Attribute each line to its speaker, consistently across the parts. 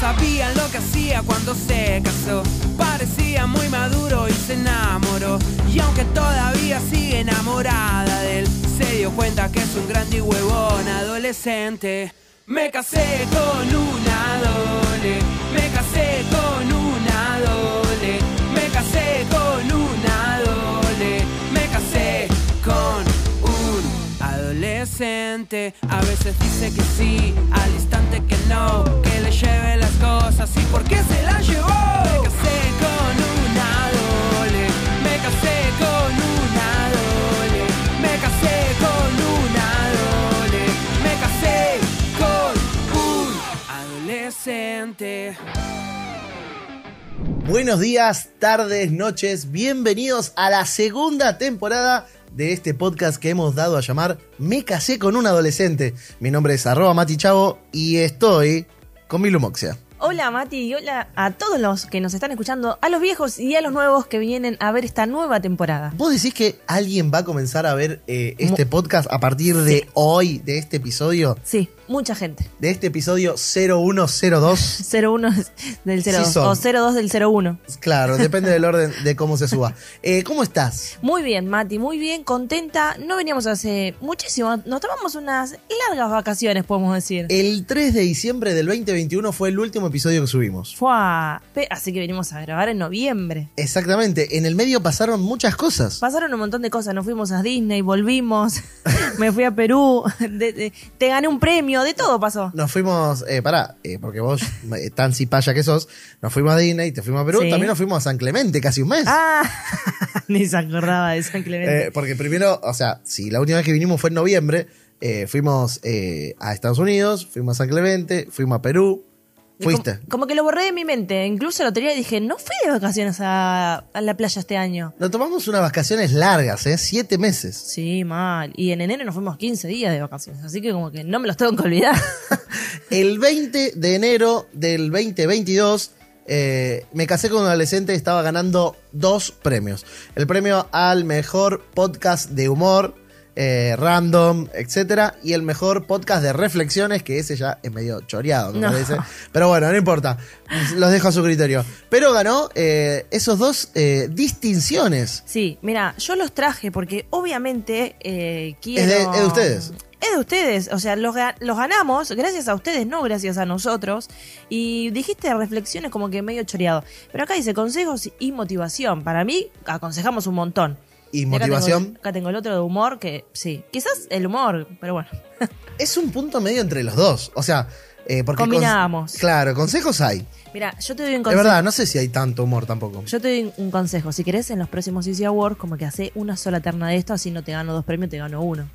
Speaker 1: sabían lo que hacía cuando se casó. Parecía muy maduro y se enamoró. Y aunque todavía sigue enamorada de él, se dio cuenta que es un grande y huevón adolescente. Me casé con una dole, me casé con una dole, me casé con una dole, me casé con un adolescente. A veces dice que sí, al instante que no, que le lleve las cosas y por qué se las llevó. Me casé con una dole, me casé con una dole, me casé con una dole, me casé con un adolescente.
Speaker 2: Buenos días, tardes, noches, bienvenidos a la segunda temporada de este podcast que hemos dado a llamar Me casé con un adolescente. Mi nombre es arroba Mati Chavo y estoy con mi Lumoxia.
Speaker 3: Hola Mati y hola a todos los que nos están escuchando, a los viejos y a los nuevos que vienen a ver esta nueva temporada.
Speaker 2: ¿Vos decís que alguien va a comenzar a ver eh, este podcast a partir de hoy, de este episodio?
Speaker 3: Sí, mucha gente.
Speaker 2: De este episodio 0102.
Speaker 3: 01 del 02
Speaker 2: Sí son.
Speaker 3: o 02 del 01.
Speaker 2: Claro, depende del orden de cómo se suba. Eh, ¿Cómo estás?
Speaker 3: Muy bien, Mati, muy bien, contenta. No veníamos hace muchísimo, nos tomamos unas largas vacaciones, podemos decir.
Speaker 2: El 3 de diciembre del 2021 fue el último episodio que subimos.
Speaker 3: Fua. Pe- Así que venimos a grabar en noviembre.
Speaker 2: Exactamente, en el medio pasaron muchas cosas.
Speaker 3: Pasaron un montón de cosas, nos fuimos a Disney, volvimos, me fui a Perú, de- de- te gané un premio, de todo pasó.
Speaker 2: Nos fuimos, eh, pará, eh, porque vos, eh, tan cipaya que sos, nos fuimos a Disney, te fuimos a Perú,
Speaker 3: Sí.
Speaker 2: también nos fuimos a San Clemente casi un mes.
Speaker 3: Ah, ni se acordaba de San Clemente.
Speaker 2: Eh, porque primero, o sea, si la última vez que vinimos fue en noviembre, eh, fuimos eh, a Estados Unidos, fuimos a San Clemente, fuimos a Perú,
Speaker 3: Y com-
Speaker 2: fuiste.
Speaker 3: Como, que lo borré de mi mente. Incluso lo tenía y dije, no fui de vacaciones a, a la playa este año.
Speaker 2: Nos tomamos unas vacaciones largas, ¿eh? Siete meses.
Speaker 3: Sí, mal. Y en enero nos fuimos 15 días de vacaciones. Así que como que no me los tengo que olvidar.
Speaker 2: El 20 de enero del 2022 eh, me casé con un adolescente y estaba ganando dos premios. El premio al mejor podcast de humor, eh, random, etcétera, Y el mejor podcast de reflexiones, que ese ya es medio choreado, me
Speaker 3: No.
Speaker 2: parece. Pero bueno, no importa. Los dejo a su criterio. Pero ganó eh, esos dos eh, distinciones.
Speaker 3: sí, mira, yo los traje porque obviamente eh, quiero...
Speaker 2: Es de- es de ustedes.
Speaker 3: Es de ustedes, o sea, los, ga- los ganamos gracias a ustedes, no gracias a nosotros. Y dijiste reflexiones como que medio choreado. Pero acá dice consejos y motivación. Para mí, aconsejamos un montón.
Speaker 2: Y
Speaker 3: Y acá tengo-
Speaker 2: motivación.
Speaker 3: Acá tengo, el otro de humor que, sí, quizás el humor, pero bueno.
Speaker 2: Es un punto medio entre los dos. O sea, eh, porque. cons-
Speaker 3: Combinamos.
Speaker 2: Claro, consejos hay.
Speaker 3: Mira, yo te doy un
Speaker 2: Es
Speaker 3: consejo.
Speaker 2: verdad, no sé si hay tanto humor tampoco.
Speaker 3: Yo te doy un consejo. Si querés, en los próximos Easy Awards, como que hace una sola terna de esto, así no te gano dos premios, te gano uno.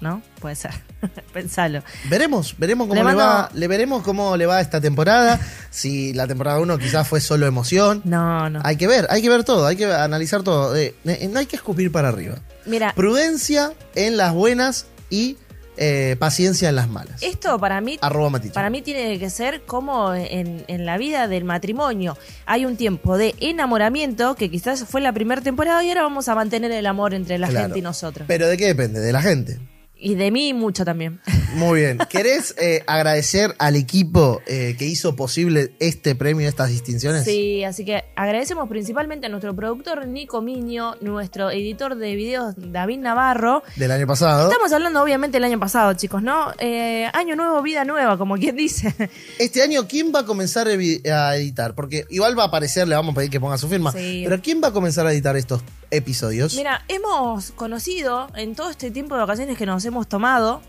Speaker 3: ¿No? Puede ser. Pensalo.
Speaker 2: Veremos, veremos cómo le,
Speaker 3: Le mando-
Speaker 2: va, le veremos cómo le va esta temporada. Si la temporada 1 quizás fue solo emoción.
Speaker 3: No, no.
Speaker 2: Hay que ver, hay que ver todo, hay que analizar todo. Eh, eh, no hay que escupir para arriba.
Speaker 3: Mira,
Speaker 2: Prudencia en las buenas y eh, paciencia en las malas.
Speaker 3: esto para mí
Speaker 2: Arroba Matiche.
Speaker 3: Este Para mí tiene que ser como en, en la vida del matrimonio. Hay un tiempo de enamoramiento que quizás fue la primera temporada y ahora vamos a mantener el amor entre la
Speaker 2: Claro.
Speaker 3: gente y nosotros.
Speaker 2: Pero ¿de qué depende? De la gente.
Speaker 3: y de mí mucho también.
Speaker 2: Muy bien. ¿Querés eh, agradecer al equipo eh, que hizo posible este premio, estas distinciones?
Speaker 3: Sí, así que agradecemos principalmente a nuestro productor Nico Miño, nuestro editor de videos David Navarro.
Speaker 2: Del año pasado.
Speaker 3: Estamos hablando obviamente del año pasado, chicos, ¿no? Eh, año nuevo, vida nueva, como quien dice.
Speaker 2: Este año, ¿quién va a comenzar a evi- a editar? Porque igual va a aparecer, le vamos a pedir que ponga su firma.
Speaker 3: Sí.
Speaker 2: Pero ¿quién va a comenzar a editar estos episodios?
Speaker 3: Mira, hemos conocido en todo este tiempo de vacaciones que nos hemos tomado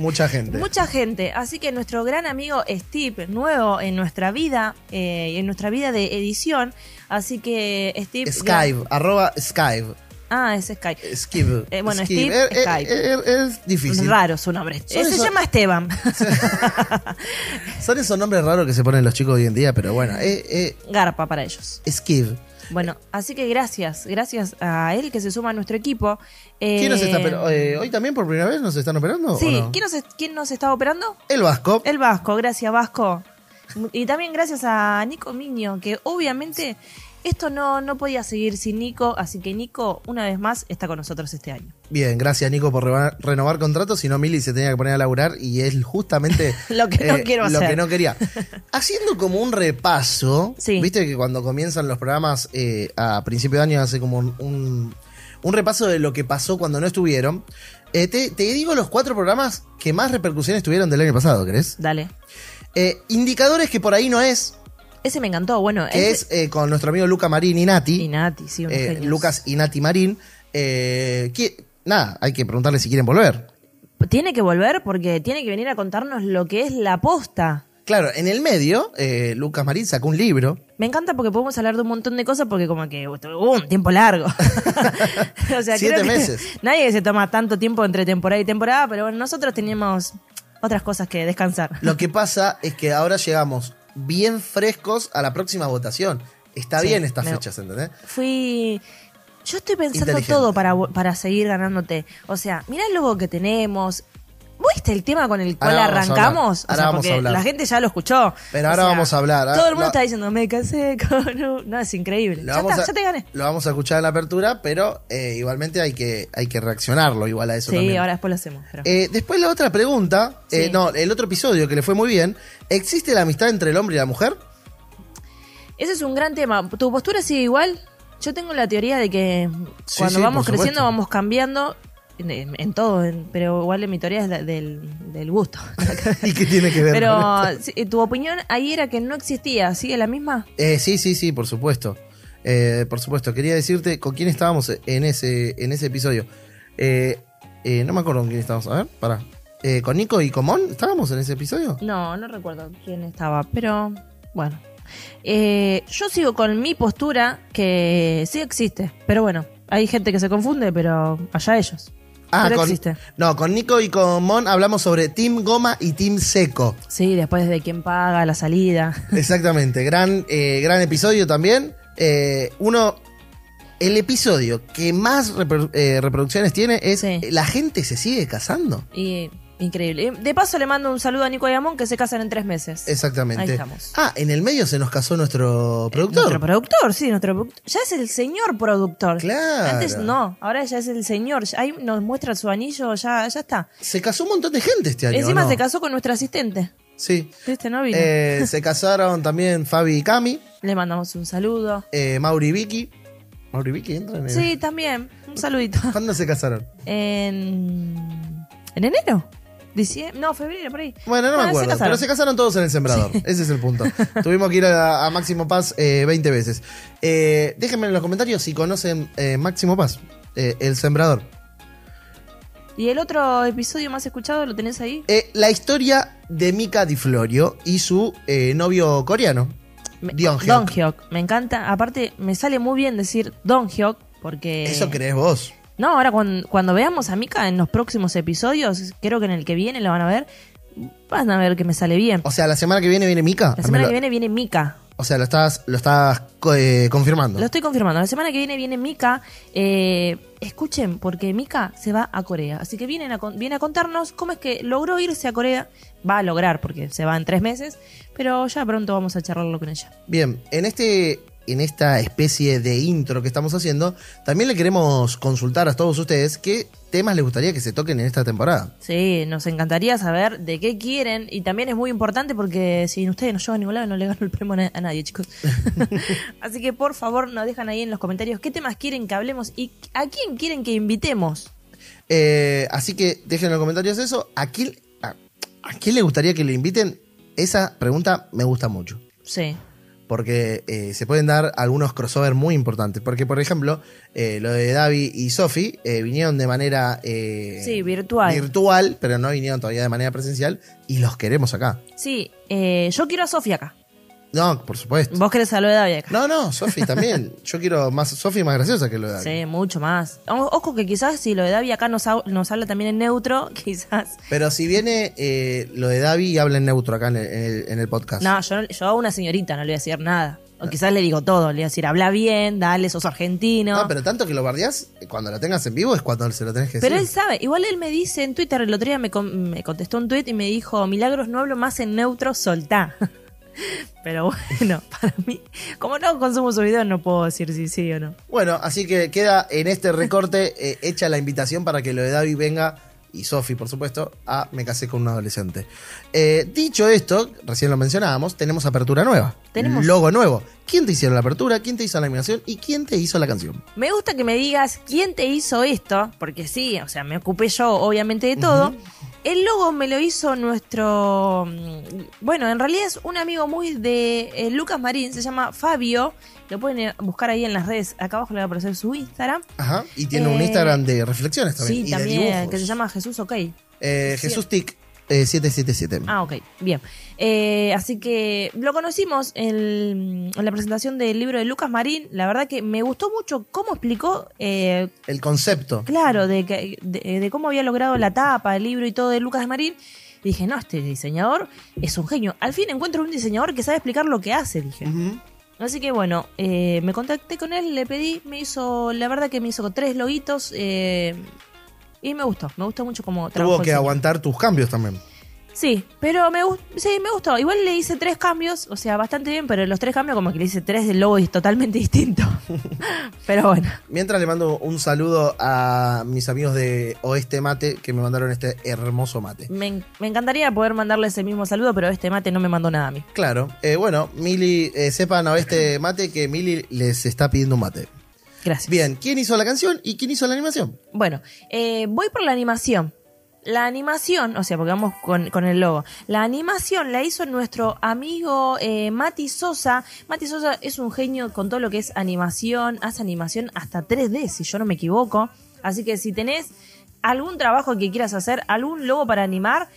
Speaker 2: Mucha gente.
Speaker 3: Mucha gente, así que nuestro gran amigo Steve, nuevo en nuestra vida, eh, en nuestra vida de edición, así que Steve...
Speaker 2: Skype, arroba Skype.
Speaker 3: Ah, es Skype.
Speaker 2: Skype.
Speaker 3: Eh, bueno,
Speaker 2: Skype.
Speaker 3: Steve,
Speaker 2: Eh, eh,
Speaker 3: Skype.
Speaker 2: eh, eh, es difícil.
Speaker 3: Raro su nombre.
Speaker 2: Son
Speaker 3: Eh, se
Speaker 2: esos-
Speaker 3: llama Esteban.
Speaker 2: Son esos nombres raros que se ponen los chicos hoy en día, pero bueno, eh,
Speaker 3: Garpa para ellos.
Speaker 2: eh, Skype.
Speaker 3: Bueno, así que gracias, gracias a él que se suma a nuestro equipo. Eh,
Speaker 2: ¿Quién nos está operando? ¿Hoy también por primera vez nos están operando?
Speaker 3: Sí,
Speaker 2: ¿o no?
Speaker 3: ¿quién, nos, es- ¿quién nos está operando?
Speaker 2: El Vasco.
Speaker 3: El Vasco, gracias Vasco. Y también gracias a Nico Miño, que obviamente Esto no, no podía seguir sin Nico, así que Nico, una vez más, está con nosotros este año.
Speaker 2: Bien, gracias Nico por renovar, renovar contratos, si no Mili se tenía que poner a laburar y es justamente eh,
Speaker 3: Lo que no quiero
Speaker 2: lo
Speaker 3: hacer.
Speaker 2: que no quería. Haciendo como un repaso,
Speaker 3: Sí.
Speaker 2: viste que cuando comienzan los programas eh, a principio de año hace como un, un- un repaso de lo que pasó cuando no estuvieron, Eh, te, te digo los cuatro programas que más repercusiones tuvieron del año pasado, ¿crees?
Speaker 3: Dale.
Speaker 2: Eh, indicadores que por ahí no es,
Speaker 3: Ese me encantó, bueno.
Speaker 2: que
Speaker 3: ese-
Speaker 2: es eh, con nuestro amigo Luca Marín y Nati.
Speaker 3: Y Nati, sí, unos
Speaker 2: eh,
Speaker 3: genios.
Speaker 2: Lucas y Nati Marín. eh, que- nada, hay que preguntarle si quieren volver.
Speaker 3: Tiene que volver porque tiene que venir a contarnos lo que es la posta.
Speaker 2: Claro, en el medio, eh, Lucas Marín sacó un libro.
Speaker 3: Me encanta porque podemos hablar de un montón de cosas porque como que hubo un tiempo largo. o sea,
Speaker 2: Siete
Speaker 3: creo que
Speaker 2: meses.
Speaker 3: Nadie se toma tanto tiempo entre temporada y temporada, pero bueno, nosotros teníamos otras cosas que descansar.
Speaker 2: Lo que pasa es que ahora llegamos bien frescos a la próxima votación. Está
Speaker 3: Sí,
Speaker 2: bien estas
Speaker 3: me-
Speaker 2: fechas, ¿entendés?
Speaker 3: Fui... Yo estoy pensando
Speaker 2: Inteligente.
Speaker 3: todo para, vo- para seguir ganándote. O sea, mirá el logo que tenemos. ¿Viste el tema con el cual
Speaker 2: Ahora vamos a
Speaker 3: arrancamos?
Speaker 2: hablar. Ahora
Speaker 3: o sea,
Speaker 2: vamos
Speaker 3: porque
Speaker 2: a hablar.
Speaker 3: la gente ya lo escuchó.
Speaker 2: Pero
Speaker 3: O
Speaker 2: ahora
Speaker 3: sea,
Speaker 2: vamos a hablar, ahora-
Speaker 3: Todo el mundo
Speaker 2: lo-
Speaker 3: está diciendo, me casé con un-". No, es increíble.
Speaker 2: Lo
Speaker 3: Ya,
Speaker 2: vamos
Speaker 3: está,
Speaker 2: a-
Speaker 3: ya te gané.
Speaker 2: Lo vamos a escuchar en la apertura, pero eh, igualmente hay que, hay que reaccionarlo igual a eso
Speaker 3: Sí,
Speaker 2: también.
Speaker 3: ahora después lo hacemos. pero-
Speaker 2: Eh, después la otra pregunta, eh,
Speaker 3: Sí.
Speaker 2: no, el otro episodio que le fue muy bien. ¿Existe la amistad entre el hombre y la mujer?
Speaker 3: Ese es un gran tema. ¿Tu postura sigue igual? Yo tengo la teoría de que
Speaker 2: Sí,
Speaker 3: cuando
Speaker 2: sí,
Speaker 3: vamos
Speaker 2: por supuesto.
Speaker 3: creciendo vamos cambiando en, en- en todo, en- pero igual mi teoría es la- del, del gusto.
Speaker 2: ¿Y qué tiene que ver? con
Speaker 3: pero
Speaker 2: esto?
Speaker 3: sí, tu opinión ahí era que no existía, ¿sigue la misma?
Speaker 2: Eh, sí, sí, sí, por supuesto. Eh, por supuesto, quería decirte con quién estábamos en ese, en ese episodio. Eh, eh, no me acuerdo con quién estábamos. A ver, pará. Eh, ¿Con Nico y Comón estábamos en ese episodio?
Speaker 3: No, no recuerdo quién estaba, pero bueno. Eh, yo sigo con mi postura que sí existe, pero bueno, hay gente que se confunde, pero allá ellos. pero
Speaker 2: Ah, con,
Speaker 3: existe.
Speaker 2: No, con Nico y Comón hablamos sobre Team Goma y Team Seco.
Speaker 3: Sí, después de quién paga la salida.
Speaker 2: Exactamente, gran, eh, gran episodio también. Eh, uno, el episodio que más reprodu- eh, reproducciones tiene es
Speaker 3: Sí.
Speaker 2: La gente se sigue casando.
Speaker 3: Y increíble. Y De paso le mando un saludo a Nico y Amón que se casan en tres meses.
Speaker 2: Exactamente.
Speaker 3: Ahí estamos. Eh,
Speaker 2: Ah, en el medio se nos casó nuestro productor.
Speaker 3: Nuestro productor, sí, nuestro productor. Ya es el señor productor.
Speaker 2: Claro.
Speaker 3: Antes no, ahora ya es el señor. Ya Ahí nos muestra su anillo, ya, ya está.
Speaker 2: Se casó un montón de gente este año.
Speaker 3: Encima
Speaker 2: ¿no?
Speaker 3: se casó con nuestra asistente.
Speaker 2: Sí.
Speaker 3: ¿Viste? No vino.
Speaker 2: Eh, se casaron también Fabi y Cami,
Speaker 3: Le mandamos un saludo.
Speaker 2: eh, Mauri y Vicky. Mauri y Vicky entran en el-
Speaker 3: Sí, también. Un saludito.
Speaker 2: ¿Cuándo se casaron?
Speaker 3: En. ¿En enero? Diciembre. No, febrero, por ahí.
Speaker 2: Bueno, no
Speaker 3: Ah,
Speaker 2: me
Speaker 3: se
Speaker 2: acuerdo.
Speaker 3: casaron.
Speaker 2: pero se casaron todos en el sembrador. Ese es el punto. Tuvimos que ir a, a Máximo Paz eh, 20 veces. Eh, déjenme en los comentarios si conocen eh, Máximo Paz, eh, el sembrador.
Speaker 3: ¿Y el otro episodio más escuchado lo tenés ahí?
Speaker 2: Eh, la historia de Mika Di Florio y su eh, novio coreano.
Speaker 3: Me-
Speaker 2: Dong Hyuk.
Speaker 3: Dong Hyuk. Me encanta. Aparte, me sale muy bien decir Don Hyuk porque...
Speaker 2: Eso crees vos.
Speaker 3: No, ahora cuan- cuando, veamos a Mika en los próximos episodios, creo que en el que viene lo van a ver, van a ver que me sale bien.
Speaker 2: O sea, la semana que viene viene Mika.
Speaker 3: La semana que viene viene Mika.
Speaker 2: O sea, lo estás, lo estás co- eh, confirmando.
Speaker 3: Lo estoy confirmando. La semana que viene viene Mika. Eh, escuchen, porque Mika se va a Corea. Así que vienen a, con- viene a contarnos cómo es que logró irse a Corea. Va a lograr, porque se va en tres meses. Pero ya pronto vamos a charlarlo con ella.
Speaker 2: Bien, en este. En esta especie de intro que estamos haciendo, también le queremos consultar a todos ustedes qué temas les gustaría que se toquen en esta temporada.
Speaker 3: Sí, nos encantaría saber de qué quieren y también es muy importante porque si ustedes no llegan a ningún lado no le gano el premio a na- a nadie, chicos. Así que por favor nos dejan ahí en los comentarios qué temas quieren que hablemos y a quién quieren que invitemos.
Speaker 2: Eh, así que dejen en los comentarios eso. ¿A quién, a, a quién le gustaría que le inviten? Esa pregunta me gusta mucho.
Speaker 3: Sí,
Speaker 2: Porque eh, se pueden dar algunos crossover muy importantes. Porque, por ejemplo, eh, lo de Davi y Sofi eh, vinieron de manera. eh,
Speaker 3: Sí, virtual.
Speaker 2: Virtual, pero no vinieron todavía de manera presencial. Y los queremos acá.
Speaker 3: sí, eh, yo quiero a Sofía acá.
Speaker 2: No, por supuesto.
Speaker 3: Vos querés a lo de David acá.
Speaker 2: No, no, Sofi también. Yo quiero más Sofi más graciosa que lo de Davi.
Speaker 3: Sí, mucho más. O- Ojo que quizás si lo de David acá nos, ha- nos habla también en neutro, quizás...
Speaker 2: Pero si viene eh, lo de Davi y habla en neutro acá en el, en el- en el podcast.
Speaker 3: No, yo, no- yo a una señorita no le voy a decir nada. O quizás le digo todo, le voy a decir, habla bien, dale, sos argentino.
Speaker 2: No, pero tanto que lo bardeás, eh, cuando lo tengas en vivo es cuando se lo tenés que
Speaker 3: Pero él
Speaker 2: decir.
Speaker 3: sabe, igual él me dice en Twitter, el otro día me, con- me contestó un tweet y me dijo, Milagros, no hablo más en neutro, soltá. Pero bueno, para mí, como no consumo su video, no puedo decir si sí o no.
Speaker 2: Bueno, así que queda en este recorte eh, hecha la invitación para que lo de David venga, y Sofi, por supuesto, a Me casé con un adolescente. Eh, dicho esto, recién lo mencionábamos, tenemos apertura nueva.
Speaker 3: Tenemos.
Speaker 2: Logo nuevo. ¿Quién te hicieron la apertura? ¿Quién te hizo la animación? ¿Y quién te hizo la canción?
Speaker 3: Me gusta que me digas quién te hizo esto, porque sí, o sea, me ocupé yo obviamente de todo. El logo me lo hizo nuestro, mm, bueno, en realidad es un amigo muy de eh, Lucas Marín, se llama Fabio, lo pueden eh, buscar ahí en las redes, acá abajo le va a aparecer su Instagram.
Speaker 2: Ajá. Y tiene un
Speaker 3: Eh,
Speaker 2: Instagram de reflexiones también.
Speaker 3: Sí,
Speaker 2: y de
Speaker 3: también,
Speaker 2: dibujos.
Speaker 3: que se llama Jesús OK.
Speaker 2: Eh, Jesús Tic eh, 777.
Speaker 3: Ah, ok, bien. Eh, así que lo conocimos en, en la presentación del libro de Lucas Marín. La verdad que me gustó mucho cómo explicó eh,
Speaker 2: El concepto.
Speaker 3: Claro, de, que- de- de cómo había logrado la tapa, el libro y todo de Lucas Marín. Y dije, no, este diseñador es un genio. Al fin encuentro un diseñador que sabe explicar lo que hace, dije.
Speaker 2: Ujú.
Speaker 3: Así que bueno, eh, me contacté con él, le pedí, me hizo, la verdad que me hizo tres loguitos eh, y me gustó, me gustó mucho como
Speaker 2: Tuvo
Speaker 3: trabajó.
Speaker 2: que
Speaker 3: el señor.
Speaker 2: aguantar tus cambios también.
Speaker 3: Sí, pero me, gus- sí, me gustó. Igual le hice tres cambios, o sea, bastante bien, pero los tres cambios como que le hice tres de logos totalmente distintos. pero bueno.
Speaker 2: Mientras le mando un saludo a mis amigos de Oeste Mate que me mandaron este hermoso mate.
Speaker 3: Me, en- me encantaría poder mandarle ese mismo saludo, pero este mate no me mandó nada a mí.
Speaker 2: Claro, eh, bueno, Mili, eh, sepan a Oeste Mate que Mili les está pidiendo un mate.
Speaker 3: Gracias.
Speaker 2: Bien, ¿quién hizo la canción y quién hizo la animación?
Speaker 3: Bueno, eh, voy por la animación. La animación, o sea, porque vamos con, con el logo. La animación la hizo nuestro amigo eh, Mati Sosa. Mati Sosa es un genio con todo lo que es animación. Hace animación hasta 3D, si yo no me equivoco. Así que si tenés algún trabajo que quieras hacer, algún logo para animar,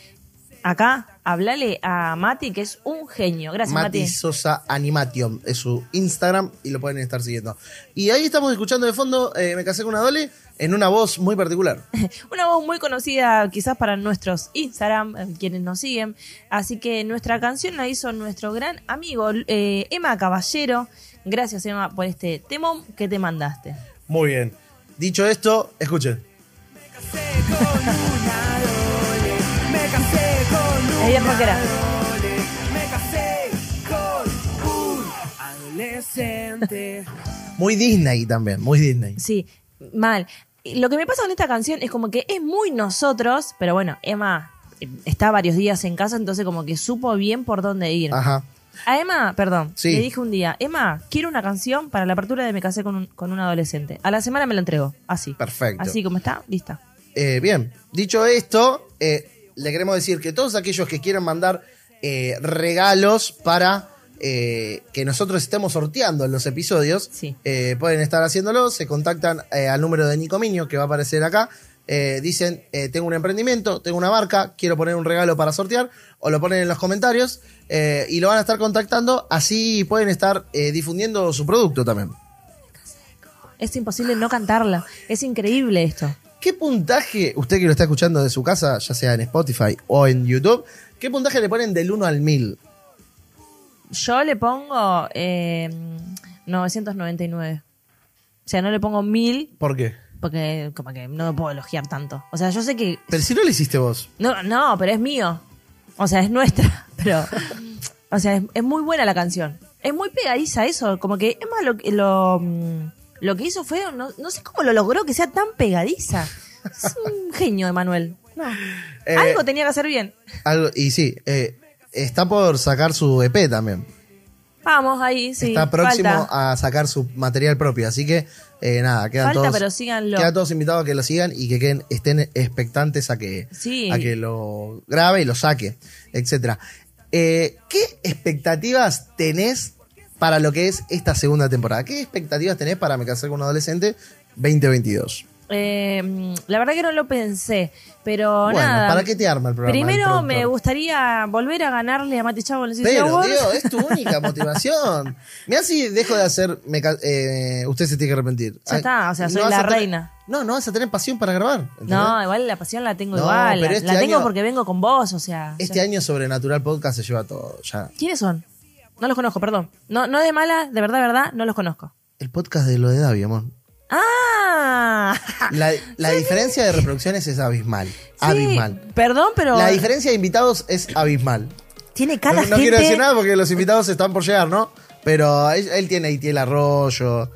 Speaker 3: acá, hablale a Mati, que es un genio. Gracias, Mati.
Speaker 2: Mati Sosa Animation es su Instagram y lo pueden estar siguiendo. Y ahí estamos escuchando de fondo eh, Me casé con una Dole en una voz muy particular.
Speaker 3: Una voz muy conocida quizás para nuestros Instagram, eh, quienes nos siguen. Así que nuestra canción la hizo nuestro gran amigo eh, Emma Caballero. Gracias Emma por este temón que te mandaste.
Speaker 2: Muy bien. Dicho esto, escuchen.
Speaker 1: Me casé con una dole, me casé con
Speaker 3: Ahí es
Speaker 1: una
Speaker 3: rockera.
Speaker 1: dole, me casé con un adolescente.
Speaker 2: Muy Disney también, muy Disney.
Speaker 3: Sí, mal. Y Lo que me pasa con esta canción es como que es muy nosotros, pero bueno, Emma eh, está varios días en casa, entonces como que supo bien por dónde ir.
Speaker 2: Ajá.
Speaker 3: A Emma, perdón,
Speaker 2: Ah. Sí.
Speaker 3: le dije un día, Emma, quiero una canción para la apertura de Me casé con un, con un adolescente. A la semana me la entregó, así.
Speaker 2: Perfecto.
Speaker 3: Así como está, lista.
Speaker 2: Eh, bien, dicho esto, eh, le queremos decir que todos aquellos que quieran mandar eh, regalos para eh, que nosotros estemos sorteando en los episodios,
Speaker 3: Sí.
Speaker 2: eh, pueden estar haciéndolo, se contactan eh, al número de Nicominio que va a aparecer acá. eh, dicen, eh, tengo un emprendimiento, tengo una marca, quiero poner un regalo para sortear, o lo ponen en los comentarios eh, y lo van a estar contactando, así pueden estar eh, difundiendo su producto también.
Speaker 3: Es imposible no cantarla. Es increíble esto.
Speaker 2: ¿Qué puntaje, usted que lo está escuchando de su casa, ya sea en Spotify o en YouTube, qué puntaje le ponen del 1 al 1000?
Speaker 3: Yo le pongo eh, 999. O sea, no le pongo 1000
Speaker 2: ¿Por qué?
Speaker 3: porque como que no me puedo elogiar tanto. O sea, yo sé que...
Speaker 2: Pero si no lo hiciste vos.
Speaker 3: No, no, pero es mío. O sea, es nuestra. Pero... O sea, es, es muy buena la canción. Es muy pegadiza eso. Como que Emma lo, lo, mm, lo que hizo fue... No, no sé cómo lo logró que sea tan pegadiza. Es un genio, Emanuel. No.
Speaker 2: Eh,
Speaker 3: Algo tenía que hacer bien.
Speaker 2: Algo, y sí, eh, está por sacar su EP también.
Speaker 3: Vamos ahí, sí.
Speaker 2: está próximo
Speaker 3: falta.
Speaker 2: a sacar su material propio. Así que, eh, nada, quedan
Speaker 3: Falta,
Speaker 2: todos.
Speaker 3: pero síganlo.
Speaker 2: Quedan todos invitados a que lo sigan y que queden, estén expectantes a que,
Speaker 3: Sí.
Speaker 2: a que lo grabe y lo saque, etcétera. Eh, ¿Qué expectativas tenés para lo que es esta segunda temporada? ¿Qué expectativas tenés para Me casé con un adolescente 2022?
Speaker 3: Eh, mm, la verdad que no lo pensé, pero
Speaker 2: bueno,
Speaker 3: nada.
Speaker 2: ¿para qué te arma el programa? el
Speaker 3: Primero
Speaker 2: productor?
Speaker 3: me gustaría volver a ganarle a Mati Chavo en el CCA
Speaker 2: Pero,
Speaker 3: Awards.
Speaker 2: Diego, es tu única motivación. Mira si dejo de hacer. me ca- eh, usted se tiene que arrepentir.
Speaker 3: Ya está, o sea, soy
Speaker 2: vas
Speaker 3: la
Speaker 2: a tener-
Speaker 3: reina.
Speaker 2: no, no vas a tener pasión para grabar. ¿entendés?
Speaker 3: No, igual la pasión la tengo
Speaker 2: No,
Speaker 3: igual. La,
Speaker 2: pero este
Speaker 3: la tengo
Speaker 2: año-
Speaker 3: porque vengo con vos, o sea.
Speaker 2: Este
Speaker 3: ya-
Speaker 2: año Sobrenatural Podcast se lleva todo. Ya.
Speaker 3: ¿Quiénes son? No los conozco, perdón. No, no de mala, de verdad, verdad, no los conozco.
Speaker 2: El podcast de lo de Davi, amor.
Speaker 3: ¡Ah!
Speaker 2: La, la diferencia de reproducciones es abismal.
Speaker 3: Sí,
Speaker 2: Abismal.
Speaker 3: Perdón, pero.
Speaker 2: La diferencia de invitados es abismal.
Speaker 3: Tiene cada
Speaker 2: no, no
Speaker 3: gente-
Speaker 2: quiero decir nada porque los invitados están por llegar, ¿no? Pero él, él tiene a Itiel Arroyo.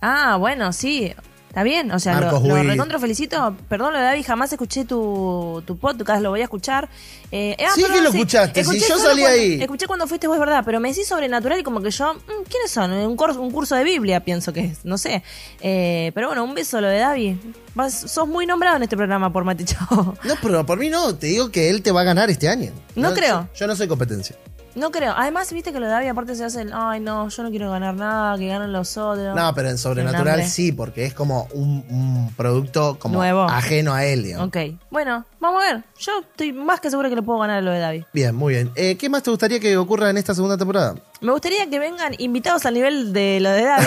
Speaker 3: Ah, bueno, sí. Está bien, o sea, lo,
Speaker 2: Marcos
Speaker 3: lo
Speaker 2: Witt.
Speaker 3: recontro felicito. Perdón, lo de David, jamás escuché tu, tu podcast, lo voy a escuchar. Eh, ah,
Speaker 2: Sí que
Speaker 3: perdón,
Speaker 2: lo escuchaste,
Speaker 3: Escuché
Speaker 2: si yo
Speaker 3: solo
Speaker 2: salí
Speaker 3: cuando-
Speaker 2: ahí.
Speaker 3: Escuché cuando fuiste vos, es verdad, pero me decís sobrenatural y como que yo, mm, ¿quiénes son? Un curso, un curso de Biblia, pienso que es, no sé. Eh, pero bueno, un beso lo de David. Vas- sos muy nombrado en este programa por Mate Chao.
Speaker 2: No, pero por mí no, te digo que él te va a ganar este año.
Speaker 3: No creo.
Speaker 2: Yo, yo no soy competencia.
Speaker 3: No creo. Además, viste que lo de David aparte se hace el, ay no, yo no quiero ganar nada, que ganen los otros.
Speaker 2: No, pero en Sobrenatural
Speaker 3: hambre.
Speaker 2: sí, porque es como un, un producto como
Speaker 3: Nuevo.
Speaker 2: ajeno a él. digamos.
Speaker 3: Ok. Bueno, vamos a ver. Yo estoy más que seguro que le puedo ganar a lo de David.
Speaker 2: Bien, muy bien. Eh, ¿Qué más te gustaría que ocurra en esta segunda temporada?
Speaker 3: Me gustaría que vengan invitados al nivel de lo de David.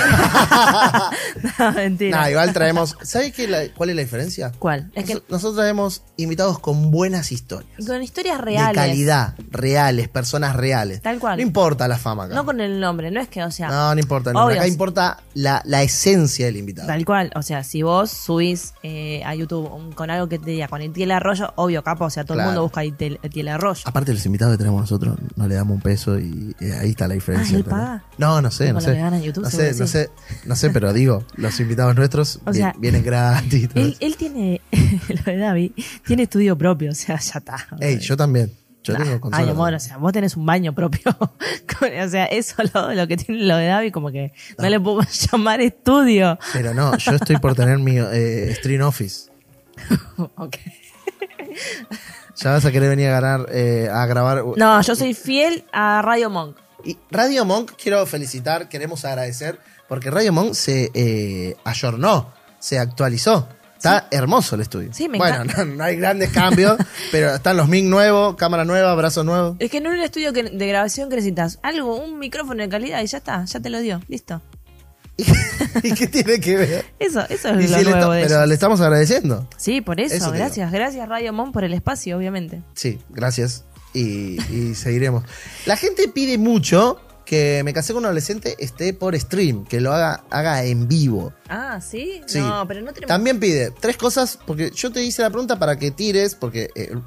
Speaker 3: no, mentira.
Speaker 2: Nah, igual traemos. ¿Sabes qué la- cuál es la diferencia?
Speaker 3: ¿Cuál? Es que
Speaker 2: Nos- Nosotros traemos invitados con buenas historias.
Speaker 3: con historias reales.
Speaker 2: De calidad, reales, personas reales.
Speaker 3: Tal cual.
Speaker 2: No importa la fama acá.
Speaker 3: No con el nombre, no es que, o sea.
Speaker 2: No, no importa. el nombre.
Speaker 3: Obvio.
Speaker 2: Acá importa la, la esencia del invitado.
Speaker 3: Tal cual, o sea, si vos subís eh, a YouTube un- con algo que te diga con Itiel Arroyo, obvio, capo, o sea, todo
Speaker 2: Claro.
Speaker 3: el mundo busca Itiel, Itiel Arroyo.
Speaker 2: Aparte, los invitados que tenemos nosotros no le damos un peso y eh, ahí está la diferencia.
Speaker 3: Ah, ¿él
Speaker 2: ¿entendés?
Speaker 3: paga?
Speaker 2: No, no sé,
Speaker 3: Tipo,
Speaker 2: no
Speaker 3: la
Speaker 2: sé.
Speaker 3: vegana en YouTube,
Speaker 2: no, sé
Speaker 3: seguro
Speaker 2: no
Speaker 3: sí.
Speaker 2: sé, no sé, pero digo, los invitados nuestros
Speaker 3: O
Speaker 2: vi-
Speaker 3: sea,
Speaker 2: vienen gratis. y todo
Speaker 3: Él,
Speaker 2: eso.
Speaker 3: él tiene, lo de David, tiene estudio propio, o sea, ya está.
Speaker 2: Ey, yo también. Yo
Speaker 3: Nah,
Speaker 2: tengo consola
Speaker 3: Ay, amor,
Speaker 2: también.
Speaker 3: o sea, vos tenés un baño propio. Con- o sea, eso lo, lo que tiene lo de Davi, como que no,
Speaker 2: Ah.
Speaker 3: le puedo llamar estudio.
Speaker 2: Pero no, yo estoy por tener mi eh, Stream Office.
Speaker 3: Ok.
Speaker 2: Ya vas a querer venir a, ganar, eh, a grabar.
Speaker 3: No, yo soy fiel a Radio Monk.
Speaker 2: Y Radio Monk, quiero felicitar, queremos agradecer, porque Radio Monk se eh, ayornó, se actualizó. Está hermoso el estudio.
Speaker 3: Sí, me
Speaker 2: bueno,
Speaker 3: encanta.
Speaker 2: no, no hay grandes cambios, pero están los mic nuevos, cámara nueva, brazos nuevos.
Speaker 3: Es que en un estudio que- de grabación que necesitas algo, un micrófono de calidad y ya está, ya te lo dio, listo.
Speaker 2: ¿Y qué tiene que ver?
Speaker 3: Eso, eso
Speaker 2: Y
Speaker 3: es
Speaker 2: si le
Speaker 3: lo nuevo
Speaker 2: to-
Speaker 3: de
Speaker 2: pero
Speaker 3: ellos.
Speaker 2: le estamos agradeciendo.
Speaker 3: Sí, por eso,
Speaker 2: Eso te digo.
Speaker 3: gracias, gracias Radio Monk por el espacio, obviamente.
Speaker 2: Sí, gracias. Y, y seguiremos. La gente pide mucho que me casé con un adolescente esté por stream, que lo haga, haga en vivo.
Speaker 3: Ah, ¿sí?
Speaker 2: Sí.
Speaker 3: No, pero no tenemos...
Speaker 2: También pide tres cosas, porque yo te hice la pregunta para que tires, porque eh, el,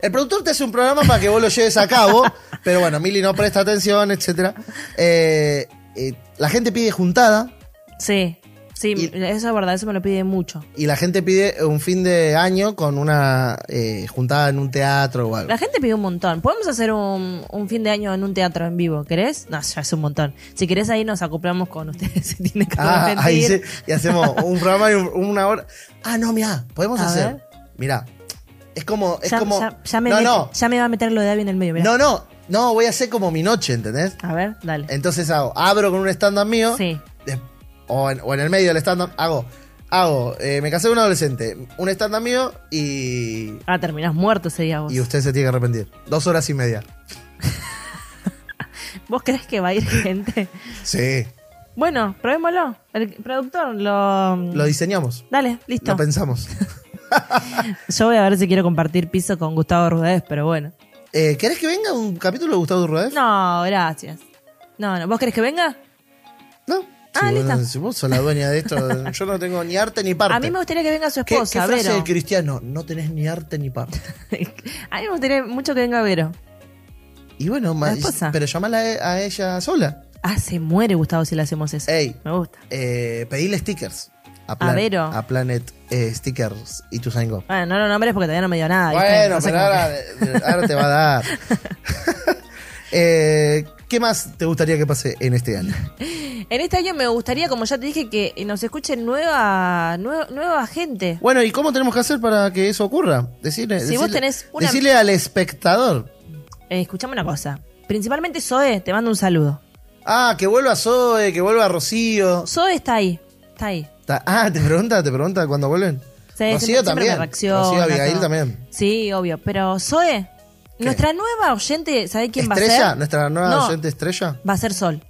Speaker 2: el productor te hace un programa para que vos lo lleves a cabo, pero bueno, Mili no presta atención, etcétera Eh, eh, la gente pide juntada
Speaker 3: Sí, sí,
Speaker 2: Y-
Speaker 3: eso es verdad, eso me lo pide mucho.
Speaker 2: y la gente pide un fin de año con una eh, juntada en un teatro o algo.
Speaker 3: La gente pide un montón. Podemos hacer un, un fin de año en un teatro en vivo, ¿querés? No, ya es un montón. Si querés ahí nos acoplamos con ustedes. Se tiene que
Speaker 2: Ah,
Speaker 3: arrepentir.
Speaker 2: ahí sí, y hacemos un programa y un- una hora. Ah, no, mirá, podemos
Speaker 3: A
Speaker 2: hacer.
Speaker 3: ver.
Speaker 2: Mirá, es como. Es
Speaker 3: ya,
Speaker 2: como
Speaker 3: ya- ya me
Speaker 2: no,
Speaker 3: met-
Speaker 2: no,
Speaker 3: ya me va a meter lo de Abby en el medio. mirá.
Speaker 2: no, no, no, voy a hacer como mi noche, ¿entendés?
Speaker 3: A ver, dale.
Speaker 2: Entonces hago, abro con un stand-up mío.
Speaker 3: Sí.
Speaker 2: de- o, en, o en el medio del stand-up, hago, hago, eh, me casé con un adolescente, un stand-up mío y.
Speaker 3: Ah, terminás muerto ese día vos.
Speaker 2: Y usted se tiene que arrepentir. Dos horas y media.
Speaker 3: ¿Vos crees que va a ir gente?
Speaker 2: Sí.
Speaker 3: bueno, probémoslo. El productor lo...
Speaker 2: Lo diseñamos.
Speaker 3: Dale, listo.
Speaker 2: Lo pensamos.
Speaker 3: Yo voy a ver si quiero compartir piso con Gustavo Rudez, pero bueno.
Speaker 2: Eh, ¿Querés que venga un capítulo de Gustavo Durruez?
Speaker 3: No, gracias. No, no. ¿Vos querés que venga?
Speaker 2: No.
Speaker 3: Ah,
Speaker 2: si, vos,
Speaker 3: listo.
Speaker 2: si vos sos la dueña de esto, yo no tengo ni arte ni parte.
Speaker 3: A mí me gustaría que venga su
Speaker 2: ¿Qué, qué
Speaker 3: esposa,
Speaker 2: frase
Speaker 3: Vero.
Speaker 2: de cristiano? No tenés ni arte ni parte.
Speaker 3: A mí me gustaría mucho que venga Vero.
Speaker 2: Y bueno, ma-
Speaker 3: esposa.
Speaker 2: pero llamala a a ella sola.
Speaker 3: Ah, se muere Gustavo si le hacemos eso.
Speaker 2: Ey.
Speaker 3: Me gusta.
Speaker 2: Eh, pedile stickers. A,
Speaker 3: Vero.
Speaker 2: a Planet eh, Stickers y tu Sango.
Speaker 3: Bueno, no lo nombres porque todavía no me dio nada. Ah, ¿viste?
Speaker 2: Bueno,
Speaker 3: No sé
Speaker 2: pero
Speaker 3: cómo
Speaker 2: ahora, ahora te va a dar. Eh, ¿Qué más te gustaría que pase en este año?
Speaker 3: que- En este año me gustaría, como ya te dije, que nos escuchen nueva, nue- nueva gente.
Speaker 2: Bueno, ¿y cómo tenemos que hacer para que eso ocurra? Decirle,
Speaker 3: Si
Speaker 2: decirle-
Speaker 3: vos tenés una-
Speaker 2: decirle al espectador.
Speaker 3: Eh, escuchame una cosa. Principalmente Zoe, te mando un saludo.
Speaker 2: Ah, que vuelva Zoe, que vuelva Rocío.
Speaker 3: Zoe está ahí. Está ahí.
Speaker 2: Ta- Ah, te pregunta, te pregunta cuándo vuelven.
Speaker 3: Sí, siempre-
Speaker 2: Rocío
Speaker 3: siempre me
Speaker 2: también.
Speaker 3: reacciona,
Speaker 2: Rocío Abigail
Speaker 3: todo.
Speaker 2: también.
Speaker 3: Sí, obvio. Pero Zoe, nuestra nueva oyente, ¿sabés quién va a
Speaker 2: ¿Estrella?
Speaker 3: ser?
Speaker 2: ¿Nuestra nueva
Speaker 3: No.
Speaker 2: oyente estrella?
Speaker 3: Va a ser Sol,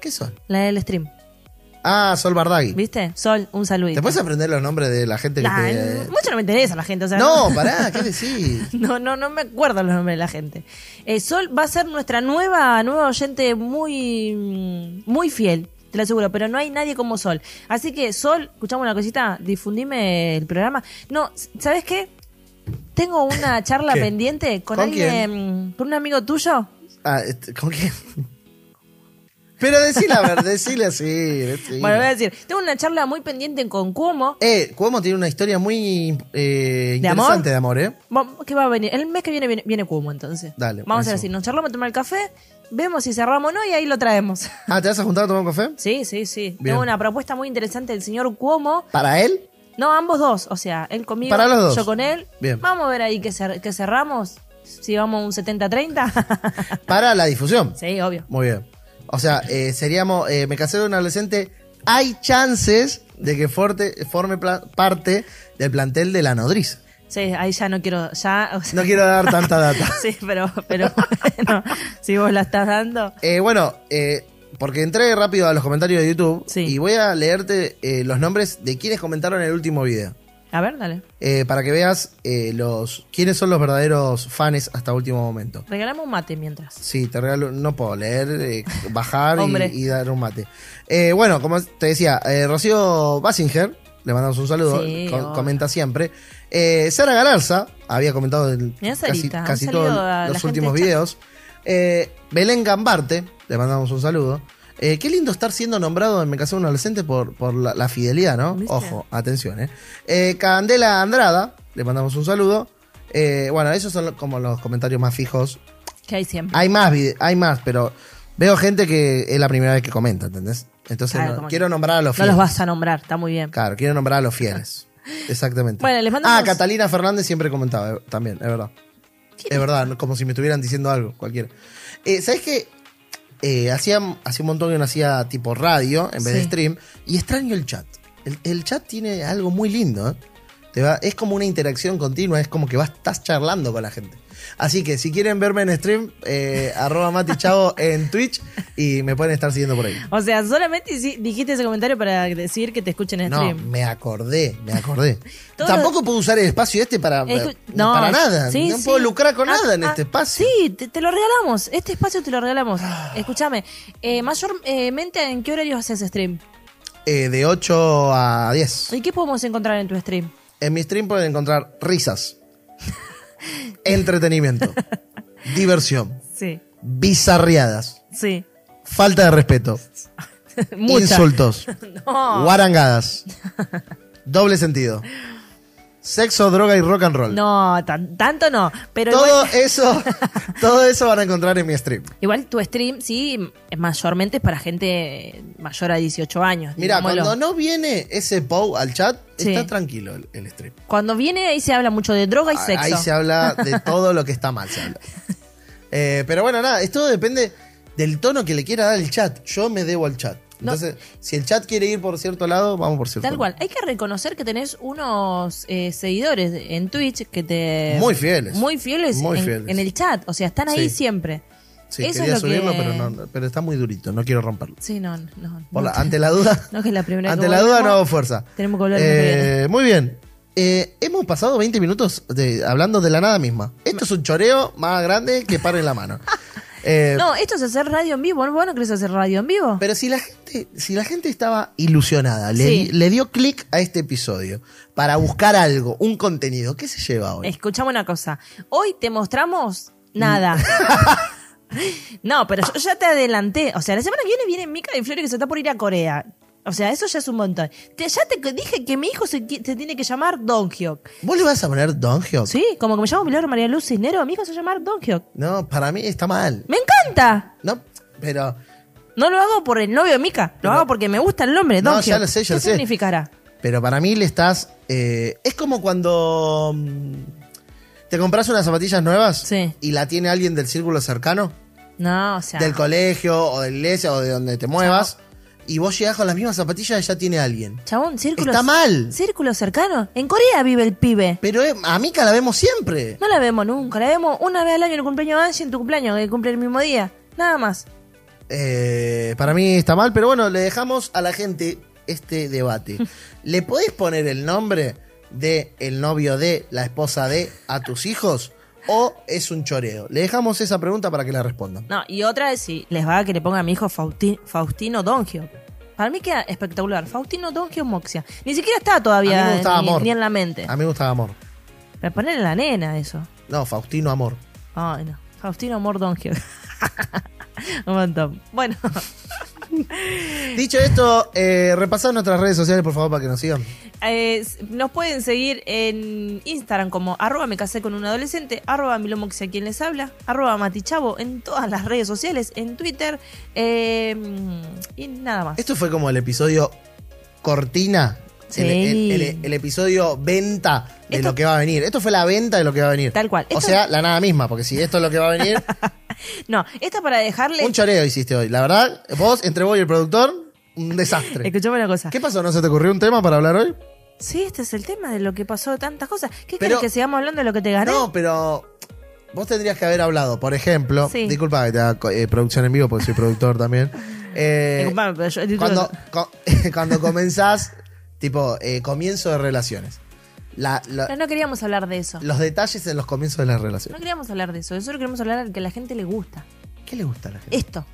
Speaker 2: ¿Qué son?
Speaker 3: la del stream.
Speaker 2: Ah, Sol Bardaghi.
Speaker 3: ¿Viste? Sol, un saludito.
Speaker 2: ¿Te puedes aprender los nombres de la gente que
Speaker 3: Nah,
Speaker 2: te...
Speaker 3: Mucho no me interesa la gente. O sea,
Speaker 2: No, pará, ¿qué decís?
Speaker 3: No, no, no me acuerdo los nombres de la gente. Eh, Sol va a ser nuestra nueva, nueva oyente muy, mm, muy fiel, te lo aseguro, pero no hay nadie como Sol. Así que, Sol, escuchamos una cosita, difundime el programa. No, ¿sabes qué? Tengo una charla
Speaker 2: ¿Qué?
Speaker 3: pendiente con,
Speaker 2: ¿Con
Speaker 3: alguien, con un amigo tuyo.
Speaker 2: Ah, este, ¿Con quién? Pero decíle, a ver, decíle así. decile.
Speaker 3: Bueno, voy a decir, tengo una charla muy pendiente con Cuomo.
Speaker 2: Eh, Cuomo tiene una historia muy eh,
Speaker 3: ¿De amor?
Speaker 2: interesante de amor, ¿eh?
Speaker 3: Va- ¿Qué va a venir? El mes que viene viene, viene Cuomo, entonces.
Speaker 2: Dale,
Speaker 3: Vamos a
Speaker 2: buenísimo.
Speaker 3: hacer así, nos charlamos, tomar el café, vemos si cerramos o no y ahí lo traemos.
Speaker 2: Ah, ¿te vas a juntar a tomar un café?
Speaker 3: Sí, sí, sí.
Speaker 2: Bien.
Speaker 3: Tengo una propuesta muy interesante del señor Cuomo.
Speaker 2: ¿Para él?
Speaker 3: No, ambos dos. O sea, él conmigo,
Speaker 2: Para los dos.
Speaker 3: yo con él.
Speaker 2: Bien.
Speaker 3: Vamos a ver ahí que, cer- que cerramos. Si vamos un 70-30.
Speaker 2: Para la difusión.
Speaker 3: sí, obvio.
Speaker 2: Muy bien. O sea, eh, seríamos, eh, me casé de un adolescente, hay chances de que forte- forme pla- parte del plantel de la nodriza.
Speaker 3: Sí, ahí ya no quiero. Ya, o sea,
Speaker 2: No quiero dar tanta data.
Speaker 3: Sí, pero, pero bueno, si vos la estás dando.
Speaker 2: Eh, bueno, eh, porque entré rápido a los comentarios de YouTube
Speaker 3: Sí.
Speaker 2: y voy a leerte eh, los nombres de quienes comentaron el último video.
Speaker 3: A ver, dale.
Speaker 2: eh, para que veas eh, los quiénes son los verdaderos fans hasta último momento.
Speaker 3: Regalame un mate mientras.
Speaker 2: Sí, te regalo, no puedo leer, eh, bajar
Speaker 3: Hombre.
Speaker 2: y, y dar un mate. Eh, bueno, como te decía, eh, Rocío Basinger, le mandamos un saludo,
Speaker 3: Sí,
Speaker 2: co-
Speaker 3: obvio.
Speaker 2: comenta siempre. Eh, Sara Galarza, había comentado en
Speaker 3: Mirá,
Speaker 2: casi,
Speaker 3: Sarita, han
Speaker 2: casi
Speaker 3: salido a
Speaker 2: todos
Speaker 3: la
Speaker 2: los
Speaker 3: gente
Speaker 2: últimos
Speaker 3: del chat.
Speaker 2: videos. Eh, Belén Gambarte, le mandamos un saludo. Eh, qué lindo estar siendo nombrado en Me casé con un adolescente por, por la, la fidelidad, ¿no?
Speaker 3: ¿Viste?
Speaker 2: Ojo, atención, ¿eh? Eh, Candela Andrada, le mandamos un saludo. Eh, bueno, esos son lo- como los comentarios más fijos
Speaker 3: Que hay siempre.
Speaker 2: hay más, vide- hay más, pero veo gente que es la primera vez que comenta, ¿entendés? Entonces
Speaker 3: Claro,
Speaker 2: no-
Speaker 3: como
Speaker 2: quiero nombrar a los
Speaker 3: No
Speaker 2: fieles.
Speaker 3: los vas a nombrar, está muy bien.
Speaker 2: Claro, quiero nombrar a los fieles. Exactamente.
Speaker 3: Bueno, les mandamos-
Speaker 2: Ah, Catalina Fernández siempre comentaba eh, también, es verdad. Es verdad, no- como si me estuvieran diciendo algo, cualquiera. Eh, ¿Sabés qué? Eh, hacía, hacía un montón que no hacía tipo radio en vez de
Speaker 3: Sí.
Speaker 2: stream. Y extraño el chat. El, el chat tiene algo muy lindo. ¿eh? Te va- es como una interacción continua, es como que vas, estás charlando con la gente. Así que si quieren verme en stream, eh, arroba Mati Chavo en Twitch y me pueden estar siguiendo por ahí.
Speaker 3: O sea, solamente hici- dijiste ese comentario para decir que te escuchen en
Speaker 2: No,
Speaker 3: stream.
Speaker 2: me acordé, me acordé.
Speaker 3: Todo-
Speaker 2: Tampoco puedo usar el espacio este para,
Speaker 3: Escu-
Speaker 2: para nada.
Speaker 3: sí,
Speaker 2: no
Speaker 3: sí.
Speaker 2: puedo lucrar con
Speaker 3: Ah,
Speaker 2: nada en
Speaker 3: ah,
Speaker 2: este espacio. Ah.
Speaker 3: Sí, te, te lo regalamos. Este espacio te lo regalamos. Escúchame, eh, mayormente, ¿en qué horario haces stream?
Speaker 2: Eh, de 8 a 10.
Speaker 3: ¿Y qué podemos encontrar en tu stream?
Speaker 2: En mi stream pueden encontrar risas, entretenimiento, diversión,
Speaker 3: Sí,
Speaker 2: bizarriadas,
Speaker 3: sí.
Speaker 2: falta de respeto,
Speaker 3: Muchas.
Speaker 2: insultos,
Speaker 3: No.
Speaker 2: guarangadas, doble sentido, sexo, droga y rock and roll.
Speaker 3: No, tan- tanto no. Pero
Speaker 2: Todo
Speaker 3: igual,
Speaker 2: eso, todo eso van a encontrar en mi stream.
Speaker 3: igual tu stream, sí, es mayormente es para gente mayor a 18 años.
Speaker 2: Mira,
Speaker 3: digámoslo.
Speaker 2: cuando no viene ese POW al chat,
Speaker 3: Sí.
Speaker 2: está tranquilo el, el stream.
Speaker 3: Cuando viene ahí se habla mucho de droga y
Speaker 2: Ah,
Speaker 3: sexo.
Speaker 2: Ahí se habla de todo lo que está mal. se habla. Eh, pero bueno, nada, esto depende del tono que le quiera dar el chat. Yo me debo al chat.
Speaker 3: No.
Speaker 2: Entonces, si el chat quiere ir por cierto lado, vamos por cierto
Speaker 3: Tal cual, hay que reconocer que tenés unos eh, seguidores en Twitch que te...
Speaker 2: Muy fieles.
Speaker 3: Muy fieles,
Speaker 2: Muy
Speaker 3: en,
Speaker 2: fieles.
Speaker 3: en el chat, o sea, están ahí
Speaker 2: Sí.
Speaker 3: siempre.
Speaker 2: lado. Sí,
Speaker 3: Eso
Speaker 2: quería
Speaker 3: es lo que-
Speaker 2: subirlo, pero, no- pero está muy durito, no quiero romperlo.
Speaker 3: Sí, no, no. no,
Speaker 2: Por la-
Speaker 3: no.
Speaker 2: ante la duda,
Speaker 3: No, que es la primera vez
Speaker 2: ante
Speaker 3: que
Speaker 2: la duda
Speaker 3: volvemos.
Speaker 2: no hago fuerza.
Speaker 3: Tenemos que volver el mes que
Speaker 2: Eh, Muy bien. Eh, hemos pasado 20 minutos de, hablando de la nada misma. Esto es un choreo más grande que paren la mano. Eh,
Speaker 3: No, esto es hacer radio en vivo, ¿no? ¿Vos no querés hacer radio en vivo?
Speaker 2: Pero si la gente, si la gente estaba ilusionada, le,
Speaker 3: Sí.
Speaker 2: le dio clic a este episodio para buscar algo, un contenido, ¿qué se lleva hoy?
Speaker 3: Escuchame una cosa. Hoy te mostramos nada. no, pero yo ya te adelanté. O sea, la semana que viene viene Mica de Flores que se está por ir a Corea. O sea, eso ya es un montón. Te- ya te dije que mi hijo se, qui- se tiene que llamar Don Hyuk.
Speaker 2: ¿Vos le vas a poner Donghyuk?
Speaker 3: Sí, como que me llamo Milagro María Luz Cisnero, mi hijo se llama Don Hyuk.
Speaker 2: No, para mí está mal.
Speaker 3: ¡Me encanta!
Speaker 2: No, pero
Speaker 3: No lo hago por el novio de Mica, lo
Speaker 2: Pero-
Speaker 3: hago porque me gusta el nombre, Don
Speaker 2: No, ya
Speaker 3: Hyuk.
Speaker 2: lo sé, ya
Speaker 3: ¿Qué
Speaker 2: lo sé.
Speaker 3: significará?
Speaker 2: pero para mí le estás eh, es como cuando mm, te compras unas zapatillas nuevas
Speaker 3: Sí.
Speaker 2: y la tiene alguien del círculo cercano,
Speaker 3: No, o sea.
Speaker 2: del colegio o de la iglesia o de donde te muevas y vos llegás con las mismas zapatillas y ya tiene alguien.
Speaker 3: Chabón, círculo.
Speaker 2: Está mal.
Speaker 3: Círculo cercano. En Corea vive el pibe.
Speaker 2: Pero eh, a Mika la vemos siempre.
Speaker 3: No la vemos nunca, la vemos una vez al año en el cumpleaños de Angie, en tu cumpleaños, que cumple el mismo día. Nada más.
Speaker 2: Eh, para mí está mal, pero bueno, le dejamos a la gente este debate. ¿Le podés poner el nombre de el novio de la esposa de a tus hijos? ¿O es un choreo? Le dejamos esa pregunta para que la respondan.
Speaker 3: No, y otra es si les va a que le ponga a mi hijo Fauti- Faustino Dongio. Para mí queda espectacular. Faustino Dongio Moxia. Ni siquiera está
Speaker 2: A mí
Speaker 3: todavía
Speaker 2: me gustaba
Speaker 3: ni,
Speaker 2: amor.
Speaker 3: ni en la mente.
Speaker 2: A mí me gustaba amor.
Speaker 3: Pero ponen a la nena eso.
Speaker 2: No, Faustino Amor.
Speaker 3: Ay, no. Faustino Mordongio. Un montón. Bueno,
Speaker 2: Dicho esto, eh, repasad nuestras redes sociales, por favor, para que nos sigan.
Speaker 3: eh, s- nos pueden seguir en Instagram como arroba me casé con un adolescente, arroba milomoxia quien les habla, arroba matichavo en todas las redes sociales, en Twitter eh, y nada más.
Speaker 2: Esto fue como el episodio cortina.
Speaker 3: Sí.
Speaker 2: El, el- el- el episodio venta de
Speaker 3: Esto-
Speaker 2: lo que va a venir. Esto fue la venta de lo que va a venir.
Speaker 3: Tal cual.
Speaker 2: O
Speaker 3: Esto-
Speaker 2: sea, la nada misma, porque si esto es lo que va a venir,
Speaker 3: No, esta para dejarles...
Speaker 2: un choreo hiciste hoy. La verdad, vos, entre vos y el productor, un desastre.
Speaker 3: Escuchame una cosa.
Speaker 2: ¿Qué pasó? ¿No se te ocurrió un tema para hablar hoy?
Speaker 3: Sí, este es el tema de lo que pasó tantas cosas. ¿Qué
Speaker 2: Pero-
Speaker 3: querés que sigamos hablando de lo que te gané?
Speaker 2: No, pero vos tendrías que haber hablado, por ejemplo,
Speaker 3: Sí.
Speaker 2: disculpa que te haga co- eh, producción en vivo porque soy productor también. Eh,
Speaker 3: Disculpame, pero yo-
Speaker 2: cuando, co- cuando comenzás, tipo, eh, comienzo de relaciones. La- la-
Speaker 3: Pero no queríamos hablar de eso.
Speaker 2: los detalles en los comienzos de las
Speaker 3: No
Speaker 2: relaciones.
Speaker 3: queríamos hablar de eso. Nosotros queremos hablar de que a la gente le gusta.
Speaker 2: ¿Qué le gusta a la gente?
Speaker 3: Esto.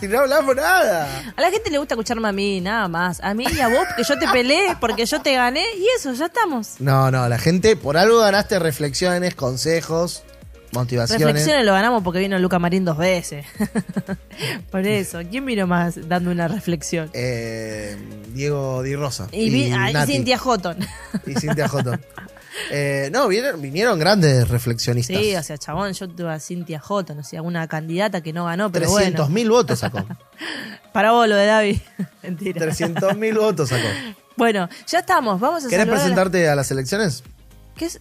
Speaker 2: Si no hablamos nada.
Speaker 3: A la gente le gusta escucharme a mí, nada más. A mí y a vos, porque yo te peleé, porque yo te gané, y eso, ya estamos.
Speaker 2: No, no, la gente, por algo ganaste reflexiones, consejos, motivaciones.
Speaker 3: Reflexiones lo ganamos porque vino Luca Marín dos veces. Por eso, ¿quién vino más dando una reflexión?
Speaker 2: Eh, Diego Di Rosa.
Speaker 3: Y, vi- ah, y
Speaker 2: Eh, Nati.
Speaker 3: Cintia Houghton.
Speaker 2: Y Cintia Jotón. Eh, no, vinieron, vinieron grandes reflexionistas.
Speaker 3: Sí, o sea, chabón, yo tuve a Cintia Houghton, o sea, una candidata que no ganó, pero
Speaker 2: 300
Speaker 3: bueno.
Speaker 2: mil votos sacó.
Speaker 3: Para vos lo de David. Mentira.
Speaker 2: 300 mil votos sacó.
Speaker 3: Bueno, ya estamos, vamos a
Speaker 2: ¿Querés
Speaker 3: saludar a la-
Speaker 2: presentarte a las elecciones?
Speaker 3: ¿Qué es?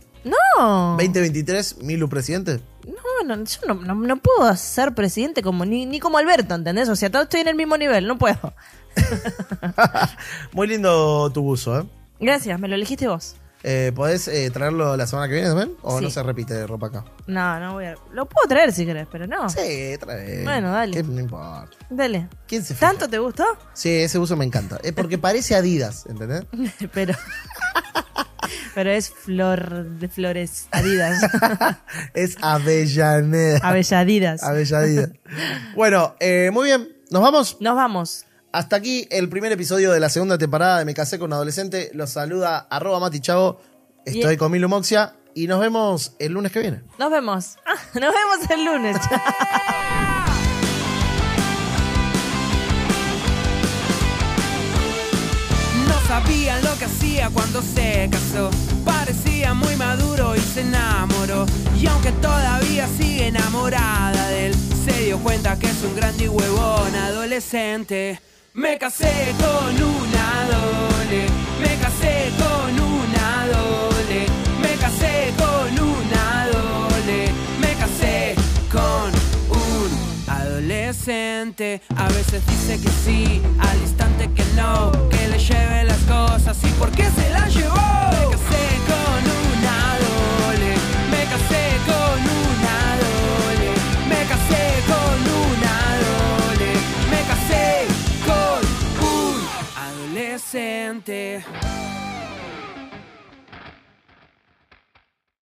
Speaker 3: ¡No!
Speaker 2: 2023, Milu presidente.
Speaker 3: No, no, yo no, no- no puedo ser presidente como ni, ni como Alberto, ¿entendés? O sea, todos estoy en el mismo nivel, no puedo.
Speaker 2: Muy lindo tu buzo, ¿eh?
Speaker 3: Gracias, me lo elegiste vos.
Speaker 2: Eh, podés eh, traerlo la semana que viene también? ¿O
Speaker 3: Sí.
Speaker 2: no se repite ropa acá?
Speaker 3: No, no voy a... Lo puedo traer si querés, pero no.
Speaker 2: Sí, trae.
Speaker 3: Bueno, dale.
Speaker 2: ¿Qué- no importa.
Speaker 3: Dale.
Speaker 2: ¿Quién se fija?
Speaker 3: ¿Tanto te gustó?
Speaker 2: Sí, ese buzo me encanta. Es porque parece Adidas, ¿entendés?
Speaker 3: pero... pero es flor de flores adidas.
Speaker 2: Es Avellaneda.
Speaker 3: Avelladidas.
Speaker 2: Avellaneda. Bueno, eh, muy bien. ¿Nos vamos?
Speaker 3: Nos vamos.
Speaker 2: Hasta aquí el primer episodio de la segunda temporada de Me Casé con un Adolescente. Los saluda arroba Mati Chavo. Estoy
Speaker 3: Y-
Speaker 2: con Milu Moxia y nos vemos el lunes que viene.
Speaker 3: Nos vemos. Ah, nos vemos el lunes.
Speaker 1: No sabía lo que hacía cuando se casó. Parecía muy maduro y se enamoró. Y aunque todavía sigue enamorada de él, se dio cuenta que es un grande y huevón adolescente. Me casé con una dole, me casé con una dole, me casé con una dole, me casé con un Adolescente, a veces dice que sí, al instante que no, que le lleve las cosas y por qué se las llevó. Me casé con una dole, me casé con una dole, me casé con una dole, me casé con un adolescente.